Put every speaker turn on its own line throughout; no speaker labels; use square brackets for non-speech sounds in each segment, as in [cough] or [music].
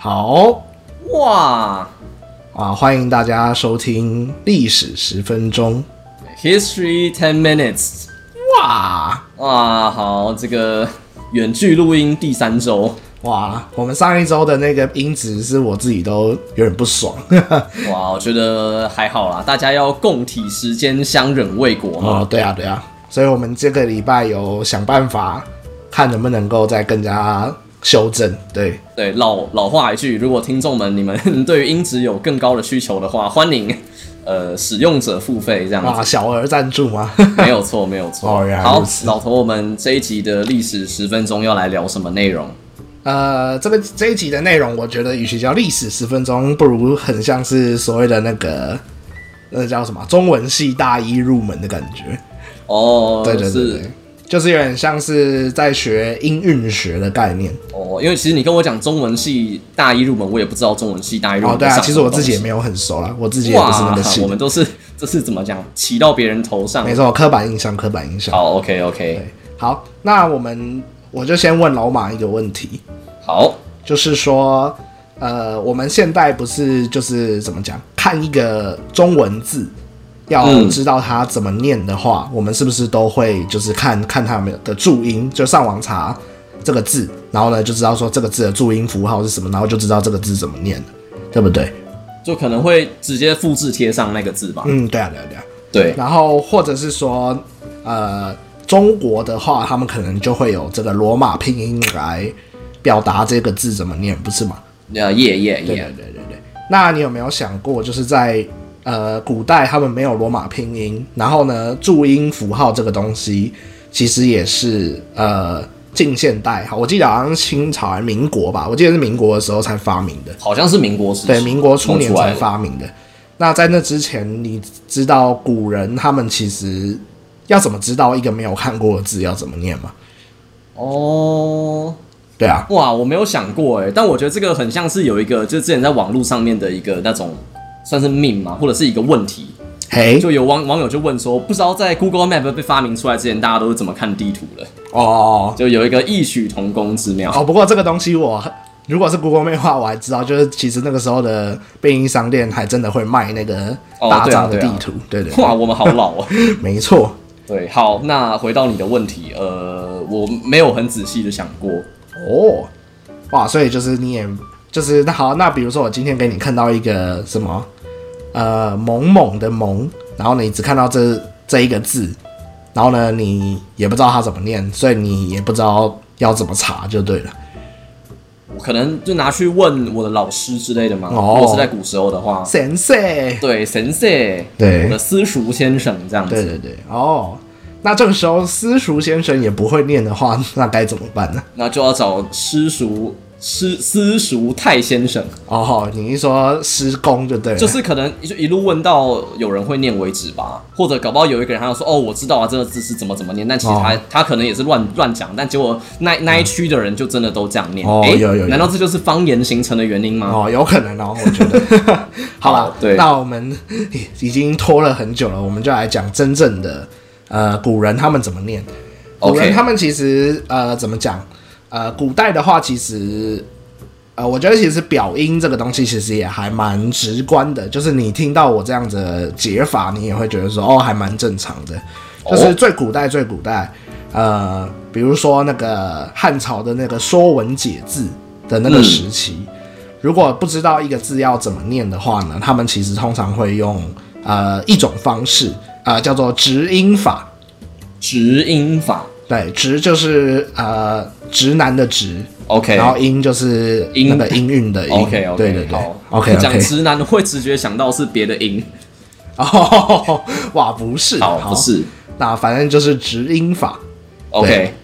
好
哇
啊，欢迎大家收听《历史十分钟
，History Ten Minutes，》
哇
哇，好，这个远距录音第三周，
哇！我们上一周的那个音质是我自己都有点不爽 [laughs]
哇，我觉得还好啦，大家要共体时间，相忍为国嘛。
哦，对啊对啊，所以我们这个礼拜有想办法看能不能够再更加修正，对。
对，老老话一句，如果听众们你们对于音质有更高的需求的话，欢迎呃使用者付费这样
哇，
子，
小额赞助啊吗？
没有错，没有错。
啊哦原来
好
如，此
老头，我们这一集的历史十分钟要来聊什么内容？
[laughs] 呃，这个这一集的内容，我觉得与其叫历史十分钟，不如很像是所谓的那个，那叫什么中文系大一入门的感觉。
哦，
对对对
是
对，就是有点像是在学音韵学的概念。
哦，因为其实你跟我讲中文系大一入门，我也不知道中文系大一入
哦，
门
对
在
啊，
上
其
什
实
么
我
东
自
西。
己也没有很熟啦，我自己也不是那个系
我。们都是这是怎么讲，骑到别人头上
没。错，刻板印象，刻板印象。
好，OK OK，
对，好，那我们我就先问老马一个问题，
好，
就是说，呃，我们现代不是就是怎么讲，看一个中文字，要
嗯
知道它怎么念的话，我们是不是都会就是看看它们的注音，就上网查这个字，然后呢就知道说这个字的注音符号是什么，然后就知道这个字怎么念了，对不对？
就可能会直接复制贴上那个字吧。
嗯，对啊，对啊，对啊。
对，
然后或者是说，呃，中国的话，他们可能就会有这个罗马拼音来表达这个字怎么念，不是吗？
呃，耶耶
对
耶，
对对对对。那你有没有想过，就是在呃古代他们没有罗马拼音，然后呢注音符号这个东西，其实也是呃近现代哈，我记得好像是清朝还是民国吧，我记得是民国的时候才发明的，
好像是民国时期
对，民国初年
弄出来
才
的
发明的。那在那之前，你知道古人他们其实要怎么知道一个没有看过的字要怎么念吗？
哦。
对啊，
哇，我没有想过哎，但我觉得这个很像是有一个，就是之前在网络上面的一个那种算是命嘛，或者是一个问题，
嘿，
就有网网友就问说，不知道在 Google Map 被发明出来之前，大家都是怎么看地图的？
哦
就有一个异曲同工之妙。
哦，不过这个东西我如果是 Google 妹的话，我还知道，就是其实那个时候的便利商店还真的会卖那个
哦
大
对啊
张的
对
地
啊
图，
[laughs]
对对
[laughs] 哇，我们好老哦。 [laughs]
对，没错。
对，好，那回到你的问题，呃，我没有很仔细的想过，
哦，哇，所以就是你也就是那好，那比如说我今天给你看到一个什么呃萌萌的萌，然后你只看到这这一个字，然后呢你也不知道它怎么念，所以你也不知道要怎么查就对了。
我可能就拿去问我的老师之类的嘛。
哦
如果是在古时候的话，
神社，
对，神社，
对
我的私塾先生这样
对
子。
对对，哦。那这个时候，私塾先生也不会念的话，那该怎么办呢？
那就要找师叔师私塾太先生，
哦，你一说施工就对了，
就是可能就一路问到有人会念为止吧，或者搞不好有一个人他就说哦，我知道啊，这个字是怎么怎么念，但其实他、
哦
他可能也是乱乱讲，但结果那那一区的人就真的都这样念，
哦
诶
有有有
难道这就是方言形成的原因吗？
哦，有可能哦，我觉
[laughs]
得。好了
好，对
那我们已经拖了很久了，我们就来讲真正的呃古人他们怎么念。古
OK
人他们其实呃怎么讲？呃，古代的话，其实呃，我觉得其实表音这个东西其实也还蛮直观的，就是你听到我这样子的解法，你也会觉得说哦，还蛮正常的。就是
哦
最古代最古代，呃，比如说那个汉朝的那个《说文解字》的那个
嗯
时期，如果不知道一个字要怎么念的话呢，他们其实通常会用呃一种方式，呃叫做直音法。
直音法
对，直就是呃直男的直，
，OK，
然后音就是
哎音
那个音韵
[laughs]
的音。
OK OK，
对对对
好
，OK
讲
OK。
直男会直觉想到是别的音，
[laughs] 哦，哇，不是，
好不，是
那反正就是直音法。
OK，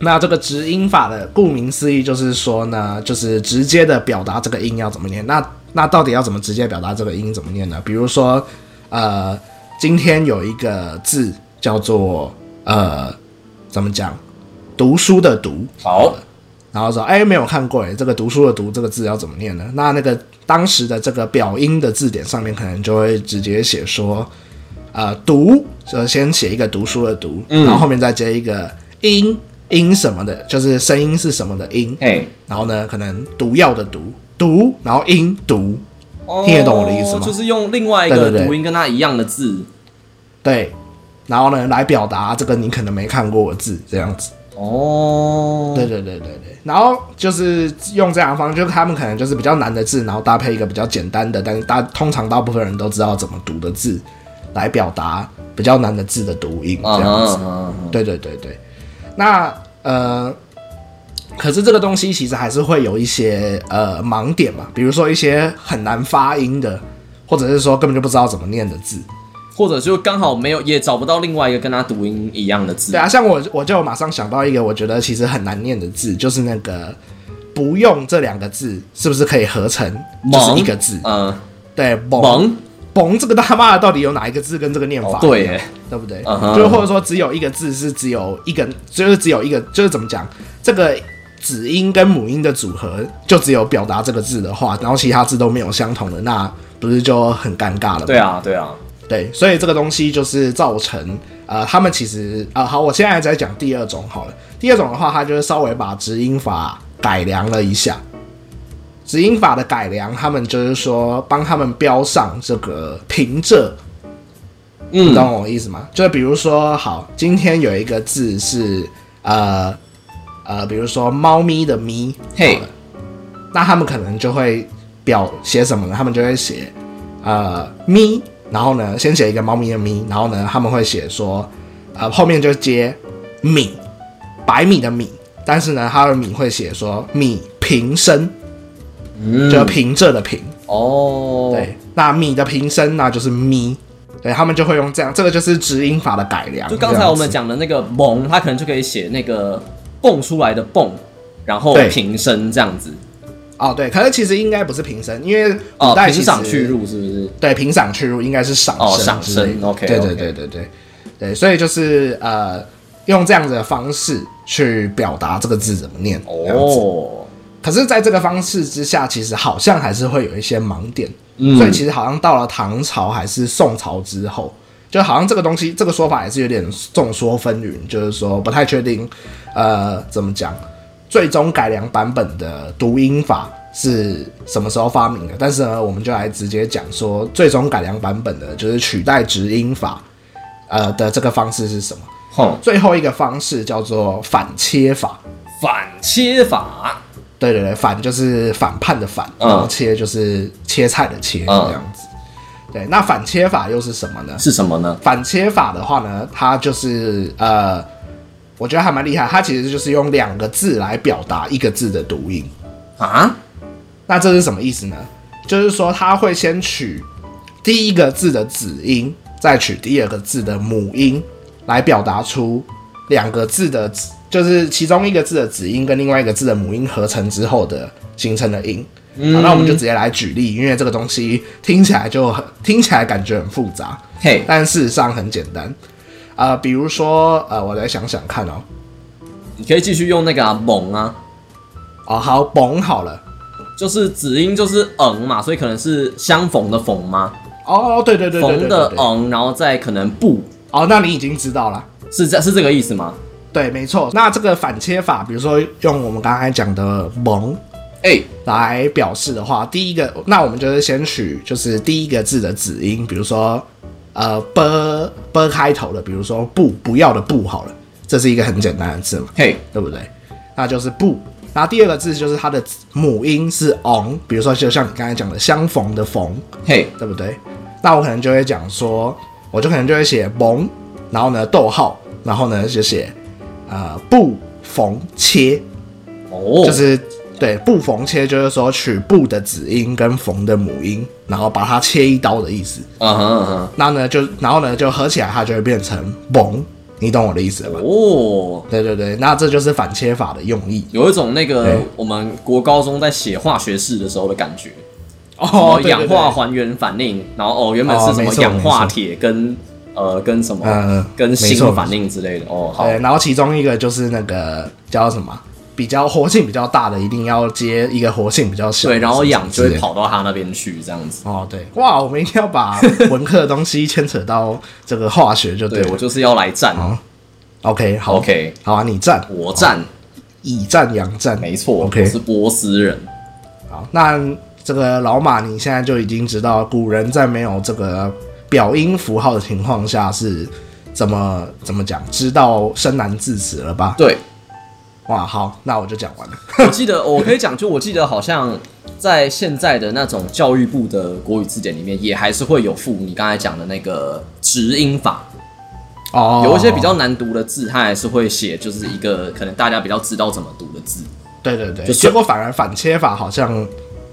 那这个直音法的顾名思义就是说呢，就是直接的表达这个音要怎么念。那那到底要怎么直接表达这个音怎么念呢？比如说，呃，今天有一个字叫做呃，怎么讲？读书的读，
好
然后说，哎、没有看过哎，这个读书的读这个字要怎么念呢？那那个当时的这个表音的字典上面可能就会直接写说，呃，读，就先写一个读书的读，然后后面再接一个音音什么的，就是声音是什么的音，
嘿
然后呢，可能毒药的毒，读，然后音读，
哦
听得懂我的意思吗
就是用另外一
对
个
对对
读音跟它一样的字。
对，然后呢来表达这个你可能没看过的字这样子。
哦，
对对对对对，然后就是用这样的方式，就是他们可能就是比较难的字，然后搭配一个比较简单的，但是大通常大部分人都知道怎么读的字，来表达比较难的字的读音
啊
这样子。
啊啊
对对对对，那呃，可是这个东西其实还是会有一些呃盲点嘛，比如说一些很难发音的，或者是说根本就不知道怎么念的字。
或者就刚好没有，也找不到另外一个跟它读音一样的字。
对啊，像我我就马上想到一个我觉得其实很难念的字，就是那个“不用”这两个字是不是可以合成，就是
萌
一个字？
嗯，
对，
萌
蒙，蒙这个大妈的到底有哪一个字跟这个念法一样？
对耶，
对不对？
嗯哼
就是或者说只有一个字是只有一个，就是只有一个，就是怎么讲，这个子音跟母音的组合就只有表达这个字的话，然后其他字都没有相同的，那不是就很尴尬了吗？
对啊，对啊，
对，所以这个东西就是造成呃，他们其实啊、呃好，我现在再讲第二种好了。第二种的话，它就是稍微把直音法改良了一下。直音法的改良，他们就是说帮他们标上这个平仄，你
嗯，
懂我意思吗？就是比如说，好，今天有一个字是呃呃，比如说猫咪的咪，
嘿
好了那他们可能就会表写什么呢？他们就会写呃咪，然后呢，先写一个猫咪的咪，然后呢，他们会写说呃后面就接米，百米的米，但是呢，他的米会写说米平声，
嗯
就是平仄的平。
哦，
对，，那米的平声那就是咪，对他们就会用这样，这个就是直音法的改良。
就刚才我们
这样
讲的那个萌，它可能就可以写那个蹦出来的蹦，然后
对
平声这样子。
子哦，对，可是其实应该不是平声，因为
哦
古，代其
平
实
赏去，入是不是？
对，平赏去入应该是赏
哦
声
赏
之类的
声，OK，
对
OK
对对对对对，所以就是呃，用这样子的方式去表达这个字怎么念。哦，
哦，
可是在这个方式之下，其实好像还是会有一些盲点。
嗯
所以其实好像到了唐朝还是宋朝之后，就好像这个东西这个说法也是有点众说纷纭，就是说不太确定，呃，怎么讲？最终改良版本的读音法是什么时候发明的？但是呢，我们就来直接讲说，最终改良版本的就是取代直音法，呃的这个方式是什么？
哼，
最后一个方式叫做反切法。
反切法，
对对对，反就是反叛的反，
嗯
然后切就是切菜的切、
嗯
这样子。对，那反切法又是什么呢？
是什么呢？
反切法的话呢，它就是呃，我觉得还蛮厉害，它其实就是用两个字来表达一个字的读音。
啊，
那这是什么意思呢？就是说它会先取第一个字的子音，再取第二个字的母音，来表达出两个字的子，就是其中一个字的子音跟另外一个字的母音合成之后的形成的音。好，那我们就直接来举例，因为这个东西听起来就很听起来感觉很复杂，
嘿，
但事实上很简单。呃，比如说，呃，我来想想看哦。
你可以继续用那个啊萌啊，
哦，好，嘣好了。
就是子音就是嗯嘛，所以可能是相逢的逢吗？
哦，对对对对
逢
对
的
对对。
嗯，然后再可能不
哦，那你已经知道了。
是这是这个意思吗？
对，没错。那这个反切法，比如说用我们刚才讲的“蒙
哎，”
来表示的话，第一个，那我们就是先取就是第一个字的子音，比如说呃 b b 开头的，比如说不不要的不好了，这是一个很简单的字嘛，
嘿，
对不对？那就是不。然后第二个字就是它的母音是 on，比如说就像你刚才讲的相逢的逢，
嘿，
对不对？那我可能就会讲说，我就可能就会写蒙，然后呢逗号，然后呢就写呃不缝切，
哦，
就是对不缝切，就是说取不的子音跟缝的母音，然后把它切一刀的意思。
嗯哼嗯哼，
那呢就然后呢就合起来，它就会变成蒙，你懂我的意思了吧？
哦，
对对对，那这就是反切法的用意
有一种那个
对
我们国高中在写化学式的时候的感觉，
哦
什么氧化还原反应，然后哦原本
哦
是什
没
么
错
氧化
没错
铁跟呃跟什么、
嗯
跟
没错哎
锌
没
反应之类的，哦好，
对，然后其中一个就是那个叫什么，比较活性比较大的，一定要接一个活性比较小的。
对，然后氧
之
就
类
会
的。
跑到它那边去这样子，
哦，对，哇，我们一定要把文科的东西牵扯到这个化学，就对
对
了。
我就是要来站、
好 OK，好
OK
好啊，你站，
我站，
以战养战，
没错，
OK
我是波斯人，
啊、好，那这个老马你现在就已经知道古人在没有这个表音符号的情况下是怎么怎么讲，知道生难字词了吧？
对，
哇，好，那我就讲完了。
[laughs] 我记得哦我可以讲，就我记得好像在现在的那种教育部的国语字典里面，也还是会有附你刚才讲的那个直音法，
哦
有一些比较难读的字，它还是会写，就是一个可能大家比较知道怎么读的字。
对对对，
就是
结果反而反切法好像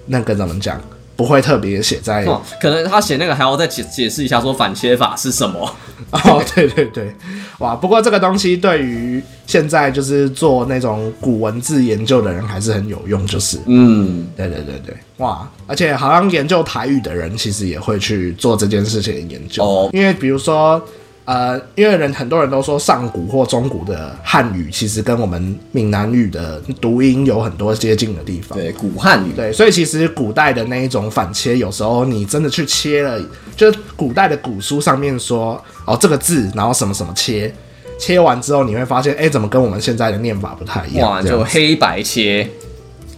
那个怎么讲，不会特别写在
哦，可能他写那个还要再解解释一下，说反切法是什么。
[laughs] 哦，对对对，哇！不过这个东西对于现在就是做那种古文字研究的人还是很有用，就是
嗯，
对对对对，哇！而且好像研究台语的人其实也会去做这件事情的研究，
哦
因为比如说。呃，因为人很多人都说上古或中古的汉语其实跟我们闽南语的读音有很多接近的地方。
对，古汉语，
对，所以其实古代的那一种反切，有时候你真的去切了，就是古代的古书上面说哦这个字，然后什么什么切，切完之后你会发现，哎，怎么跟我们现在的念法不太一样？
哇，
这样
就黑白切。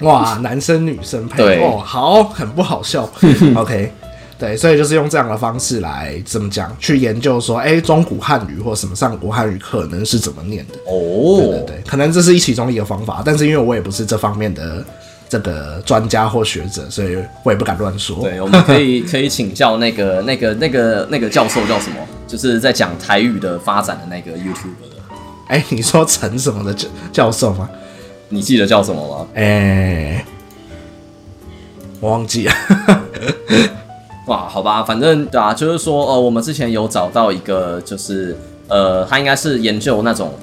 哇，男生女生配
对
哦，好，很不好
[laughs]
笑。OK，对，所以就是用这样的方式来怎么讲，去研究说，哎，中古汉语或什么上古汉语可能是怎么念的。对对
哦，
对，可能这是一其中一个方法，但是因为我也不是这方面的这个专家或学者，所以我也不敢乱说。
对，我们可以 [laughs] 可以请教那个那个那个那个教授叫什么？就是在讲台语的发展的那个 YouTube 的，
哎、你说陈什么的教教授吗？
你记得叫什么吗？
哎、我忘记了。
哇，好吧，反正对啊，就是说，呃，我们之前有找到一个，就是呃，他应该是研究那种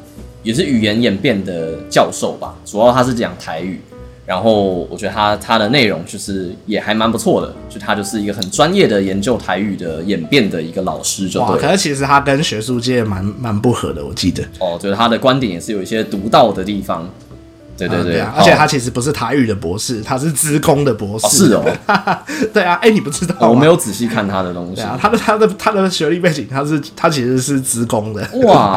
也是语言演变的教授吧，主要他是讲台语，然后我觉得他他的内容就是也还蛮不错的，就他就是一个很专业的研究台语的演变的一个老师，就
哇，
对了
可是其实他跟学术界蛮蛮不合的，我记得。
哦，就是他的观点也是有一些独到的地方，对对
啊
对，
啊，而且
好
他其实不是台语的博士，他是资工的博士。
哦是哦，
[laughs] 对啊，哎、你不知道吗、
哦我没有仔细看他的东西
对，啊，他的他的他的学历背景，他是他其实是资工的，
哇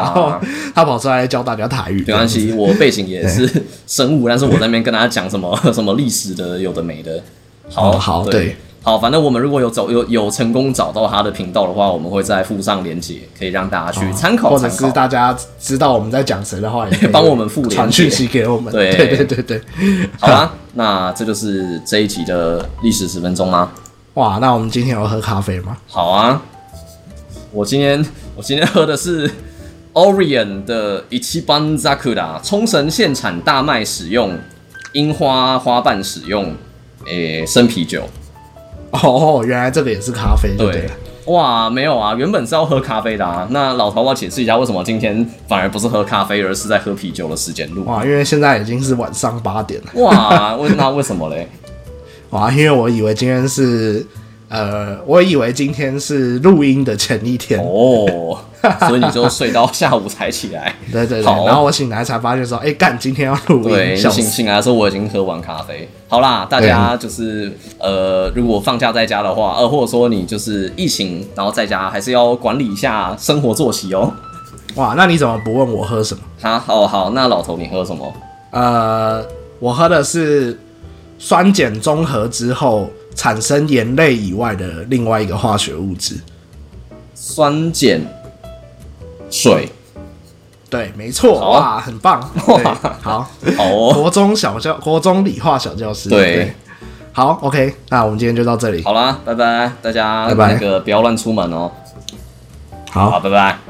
[laughs] 然后他跑出来教大家台语，
没关系，我背景也是生物，但是我在那边跟他讲什么 [laughs] 什么历史的，有的没的。好
哦好对
好，反正我们如果有找有有成功找到他的频道的话，我们会再附上链接，可以让大家去参考
哦或者
参
是
考。
大家知道我们在讲谁的话，也可以
[laughs] 帮我们复联
传讯息给我们。
对
对对对对，
好啦，那这就是这一集的历史十分钟吗？
哇，那我们今天有喝咖啡
[laughs]
吗？
好啊，我今天我今天喝的是 Orion 的 Ichiban Zakura 冲绳现产大麦使用樱花花瓣使用诶、生啤酒。
哦，原来这个也是咖啡，对不对
对啊
了？，
哇，没有啊，原本是要喝咖啡的啊。那老头要解释一下，为什么今天反而不是喝咖啡，而是在喝啤酒的时间录？
哇，因为现在已经是晚上八点了，
哇，为那为什么嘞？
哇，因为我以为今天是。呃，我以为今天是录音的前一天，
哦，所以你就睡到下午才起 [laughs] 来。
对对
好
对，然后我醒来才发现说，哎、干，今天要录
对，
音，笑
醒
死！
醒来的时候我已经喝完咖啡。好啦，大家就是呃，如果放假在家的话，呃，或者说你就是疫情，然后在家还是要管理一下生活作息哦。
哇，那你怎么不问我喝什么？
哈，好好，那老头你喝什么？
呃，我喝的是酸碱中和之后产生盐类以外的另外一个化学物质。
酸碱水。
对，没错，
好啊
哇，很
[laughs]
棒，对，好，
好哦。
国中小教，国中理化小教师，
对
好，OK，那我们今天就到这里，
好啦，拜拜，大家
拜拜
那个不要乱出门哦。
好
好，拜拜。